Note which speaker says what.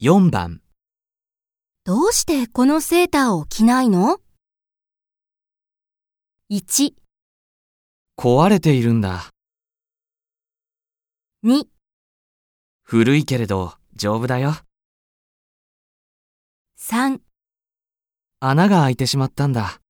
Speaker 1: 4番、
Speaker 2: どうしてこのセーターを着ないの ?1、
Speaker 1: 壊れているんだ。
Speaker 2: 2、
Speaker 1: 古いけれど、丈夫だよ。
Speaker 2: 3
Speaker 1: 穴が開いてしまったんだ。